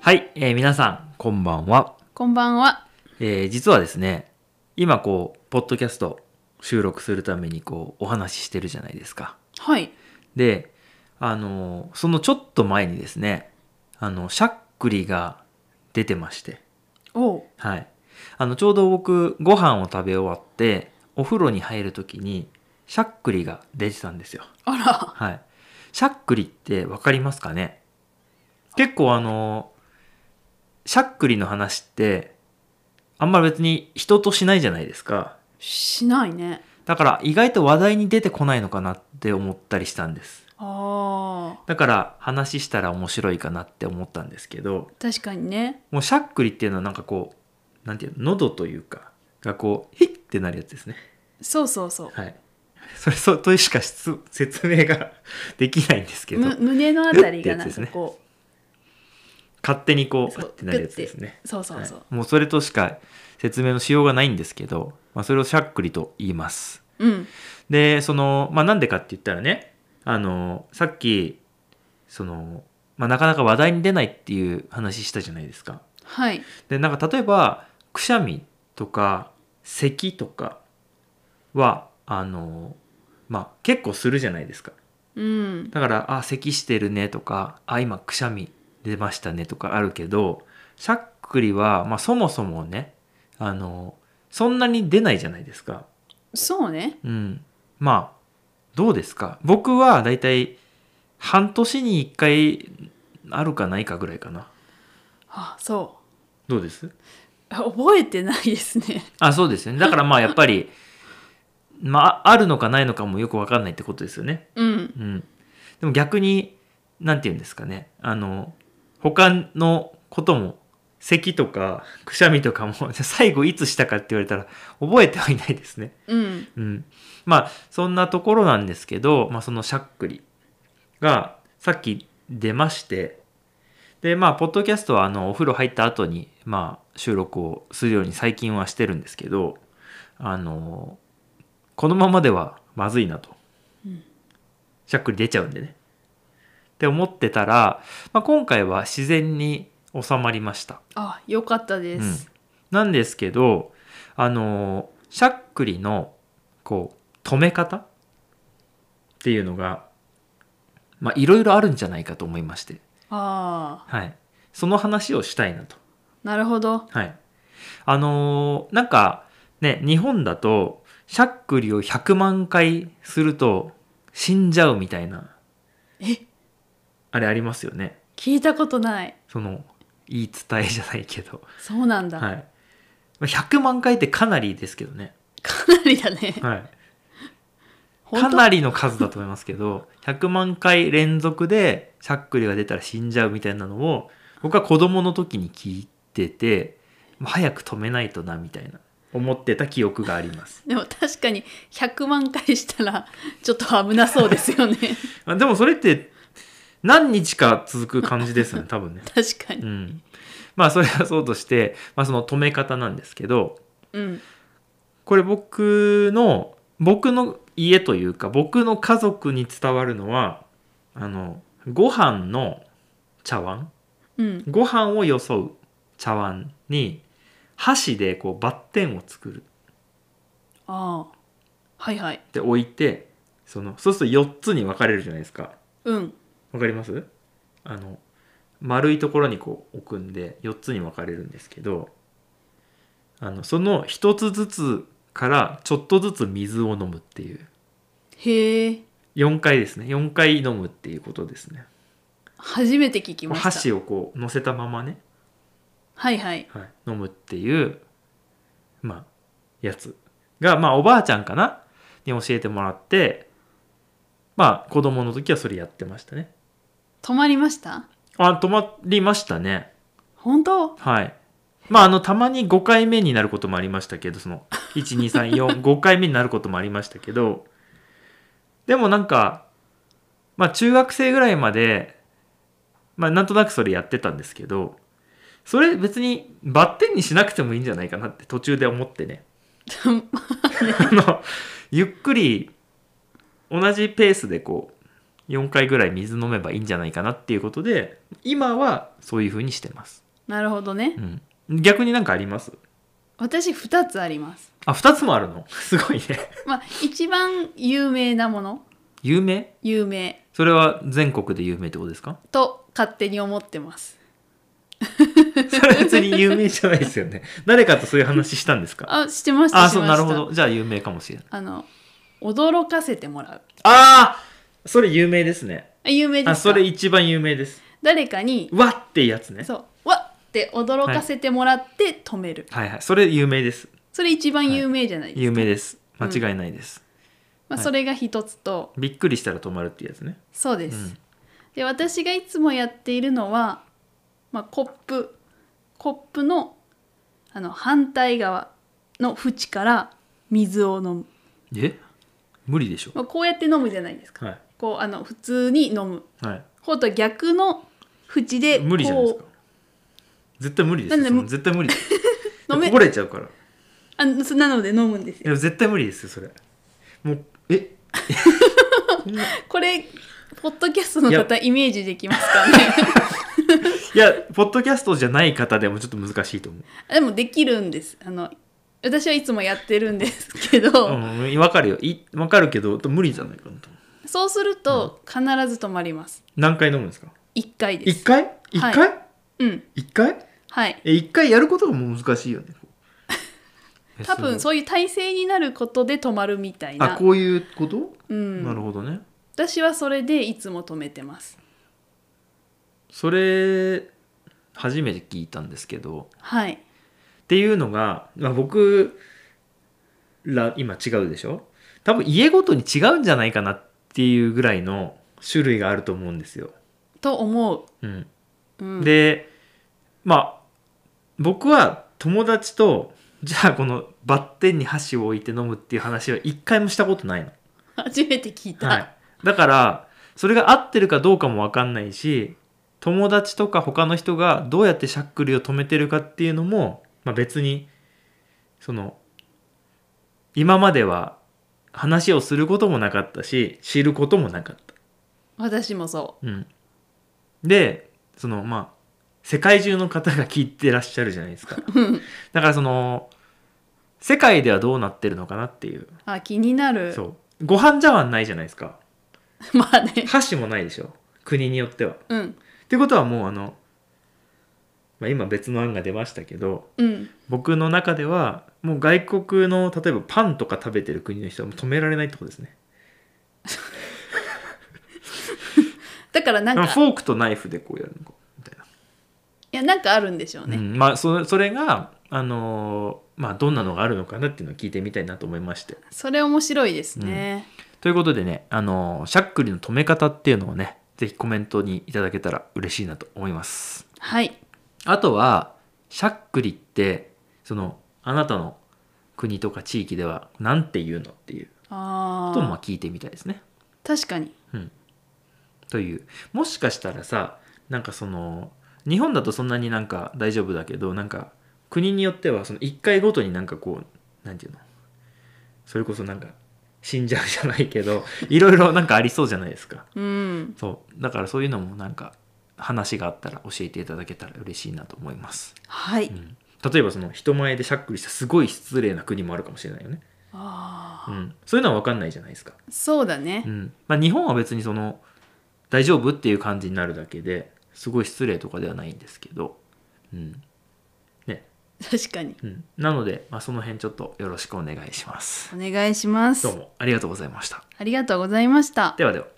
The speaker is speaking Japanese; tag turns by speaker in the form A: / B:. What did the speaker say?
A: はい、えー皆さん、こんばんは。
B: こんばんは。
A: えー実はですね、今こう、ポッドキャスト収録するためにこう、お話ししてるじゃないですか。
B: はい。
A: で、あのーそのちょっと前にですね、あの、しゃっくりが出てまして、
B: おう。
A: はい。あの、ちょうど僕、ご飯を食べ終わって、お風呂に入るときに、しゃっくりが出てたんですよ。
B: あら。
A: はい。しゃっくりってわかりますかね結構あの、しゃっくりの話って、あんまり別に人としないじゃないですか。
B: しないね。
A: だから意外と話題に出てこないのかなって思ったりしたんです。
B: ああ。
A: だから話したら面白いかなって思ったんですけど、
B: 確かにね。
A: もうしゃっくりっていうのはなんかこう、なんていうの、喉というか、がこう、ヒッってなるやつですね。
B: そうそうそ
A: はい。それそうとしかしつ説明が できないんです
B: う。
A: けど。
B: む胸のあたりがなん
A: うっ
B: か
A: てや
B: こ
A: 勝手にこう
B: そう
A: うってなるやつですね
B: う。そうそうそう
A: は。いもうそれとしか説明のしようがないんですけど、まあ、それをしゃっくりと言います
B: うん。
A: でその、まあ、なんでかって言ったらねあのさっきその、まあ、なかなか話題に出ないっていう話したじゃないですか
B: はい。
A: でなんか例えばくしゃみとか咳とかはあのまあ結構するじゃないですか
B: うん。
A: だから、あ、咳してるねとか、あ、今くしゃみ出ましたねとかあるけど、しゃっくりは、まあそもそもね、あの、そんなに出ないじゃないですか。
B: そうね。
A: うん。まあ、どうですか僕はだいたい半年に一回あるかないかぐらいかな。
B: あ、そ
A: どうです
B: う。あ覚えてないですね。
A: あ、そうですよね。だからまあやっぱり、まあ、あるのかないのかもよくわかんないってことですよね。
B: うん。
A: うん、でも逆になんて言うんですかねあの他のことも咳とかくしゃみとかも 最後いつしたかって言われたら覚えてはいないですね。
B: うん。
A: うん、まあそんなところなんですけど、まあ、そのしゃっくりがさっき出ましてでまあポッドキャストはあのお風呂入った後にまあ収録をするように最近はしてるんですけどあのこのままではまずいなと
B: うん
A: しゃっくり出ちゃうんでねって思ってたら、まあ、今回は自然に収まりました。
B: あ、よかったです。
A: なんですけど、あの、しゃっくりの、こう、止め方っていうのが、まあ、いろいろあるんじゃないかと思いまして、
B: ああ。
A: はい。その話をしたいなと。
B: なるほど。
A: はい。あのーなんか、ね、日本だと、しゃっくりを100万回すると、死んじゃうみたいな、
B: え、
A: あれありますよね。
B: 聞いたことない。
A: その、言い伝えじゃないけど。
B: そうなんだ。
A: はい。まあ100万回ってかなりですけどね。
B: かなりだね。
A: はい。
B: 本
A: か
B: 当
A: なりの数だと思いますけど100万回連続でしゃっくりが出たら死んじゃうみたいなのを僕は子供の時に聞いてて早く止めないとなみたいな思ってた記憶があります
B: でも確かに100万回したらちょっと危なそうです よね
A: あ でもそれって何日か続く感じですよね多分ね
B: 確
A: う
B: かに
A: んまあそれはそうとして、まあ、その止め方なんですけど
B: うん
A: これ僕の僕の家というか僕の家族に伝わるのはあのご飯の茶碗
B: うん
A: ご飯をよそう茶碗に箸でこうバッテンを作る
B: ああはいはい
A: って置いてそのそうすると4つに分かれるじゃないですか
B: うん
A: 分かりますあの丸いところにこう置くんで4つに分かれるんですけどあのその1つずつからちょっとずつ水を飲むっていう
B: へえ
A: 4回ですね4回飲むっていうことですね
B: 初めて聞きました
A: 箸をこう乗せたままね、
B: はいはい
A: はい、飲むっていうまあやつがまあおばあちゃんかなに教えてもらってまあ子供の時はそれやってましたね
B: 止まりました
A: あ止まりましたね
B: 本当
A: はいまああのたまに5回目になることもありましたけどその12345回目になることもありましたけどでもなんかまあ中学生ぐらいまでまあなんとなくそれやってたんですけどそれ別にバッテンにしなくてもいいんじゃないかなって途中で思ってねあのゆっくり同じペースでこう4回ぐらい水飲めばいいんじゃないかなっていうことで今はそういうふうにしてます、
B: なるほどね
A: うん、逆になんかあります
B: 私2つあります
A: あ二2つもあるの すごいね
B: まあ一番有名なもの
A: 有名
B: 有名
A: それは全国で有名ってこと ですか
B: と勝手に思ってます
A: それは別に有名じゃないですよね誰かとそういう話したんですか
B: あしてました
A: あ
B: して
A: そう
B: ました
A: なるほどじゃあ有名かもしれない
B: あの驚かせてもらう
A: ああそれ有名ですね
B: あ有名で
A: あ
B: すか
A: それ一番有名です
B: 誰かに
A: わってやつね
B: そうわって驚かせてもらって止める、
A: はいはいそれ有名です
B: それ一番有名じゃないですか、
A: 有名です間違いないです、
B: まあ、
A: はい
B: それが一つと
A: びっくりしたら止まるっていうやつね
B: そうです、
A: うん
B: で私がいつもやっているのは、まあ、コップコップのあの反対側の縁から水を飲む、
A: え無理でしょ
B: まあ、こうやって飲むじゃないですか、
A: はい
B: こうあの普通に飲む
A: はい
B: ほんと逆の縁でこう
A: 無理じゃないですか絶対無理ですよ
B: なんで
A: その絶対無理です
B: 飲め
A: こぼれちゃうからい
B: あのそなので飲むんですよ
A: や絶対無理ですよそれもうえ
B: これポッドキャストの
A: いや
B: 方イメージできますかね
A: いやポッドキャストじゃない方でもちょっと難しいと思う
B: でもできるんですあの私はいつもやってるんですけど、
A: うん分かるよい分かるけど無理じゃないかなと思う
B: そうすると必ず止まります。
A: 何回飲むんですか
B: 一回で
A: 一
B: す。
A: 回一回、
B: うん、
A: 一回
B: はい。
A: え一回やることがもう難しいよねえ
B: 多分
A: すごい
B: そういう体勢になることで止まるみたい
A: あ
B: な。
A: こういうこと、
B: うん、
A: なるほどね
B: 私はそれでいつも止めてます。
A: それ初めて聞いたんですけど
B: はい。
A: っていうのが、まあ、僕ら今違うでしょ多分家ごとに違うんじゃないかなっていうぐらいの種類があると思うんですよ。
B: と思う。
A: うん
B: うん、
A: でまあ僕は友達とじゃあこのバッテンに箸を置いて飲むっていう話は一回もしたことないの。
B: 初めて聞いた。
A: はい、だからそれが合ってるかどうかも分かんないし友達とか他の人がどうやってしゃっくりを止めてるかっていうのも、まあ、別にその今までは話をすることもなかったし知ることもなかった。
B: 私もそ
A: うん、でそのまあ世界中の方が聞いてらっしゃるじゃないですか。
B: う。うん
A: だからその世界ではどうなってるのかなっていう
B: あ気になる。
A: そうご飯茶碗ないじゃないですか。
B: まあね。
A: 箸もないでしょ国によっては。っ
B: うん
A: てことはもうあの、まあ、今別の案が出ましたけど
B: うん。
A: 僕の中ではもう外国の例えばパンとか食べてる国の人はもう止められないってことですね
B: だからなん
A: まあ
B: か
A: フォークとナイフでこうやるのかみたい
B: いやなんかあるんでしょう
A: な、
B: ね。
A: うんまあそそれがあのーまあどんなのがあるのかなっていうのを聞いてみたいなと思いまして
B: それ面白いですね。
A: ということでねあのーしゃっくりの止め方っていうのをねぜひコメントにいただけたら嬉しいなと思います
B: はい。
A: あとはしゃっくりってそのあなたの国とか地域ではなんて言うのっていうこ
B: あ
A: ともまあ
B: あ
A: 聞いてみたいですね。
B: 確かに。
A: というもしかしたらさなんかその日本だとそんなになんか大丈夫だけどなんか国によってはその1回ごとになんかこうなんていうのそれこそなんか死んじゃうじゃないけどいろいろなんかありそうじゃないですか。
B: うん。
A: そうだからそういうのもなんか話があったら教えていただけたら嬉しいなと思います。
B: はい。
A: 例えばその人前でしゃっくりしたすごい失礼な国もあるかもしれないよね、
B: あ
A: う
B: あ、
A: ん、そういうのは分かんないじゃないですか、
B: そうだね。
A: うんまあ、日本は別にその大丈夫っていう感じになるだけですごい失礼とかではないんですけど、うん
B: 確かに。
A: うん、なので、まあ、その辺ちょっとよろしくお願いします
B: お願いします
A: どう。もありがとうございました
B: ありがとうございました。
A: ではでは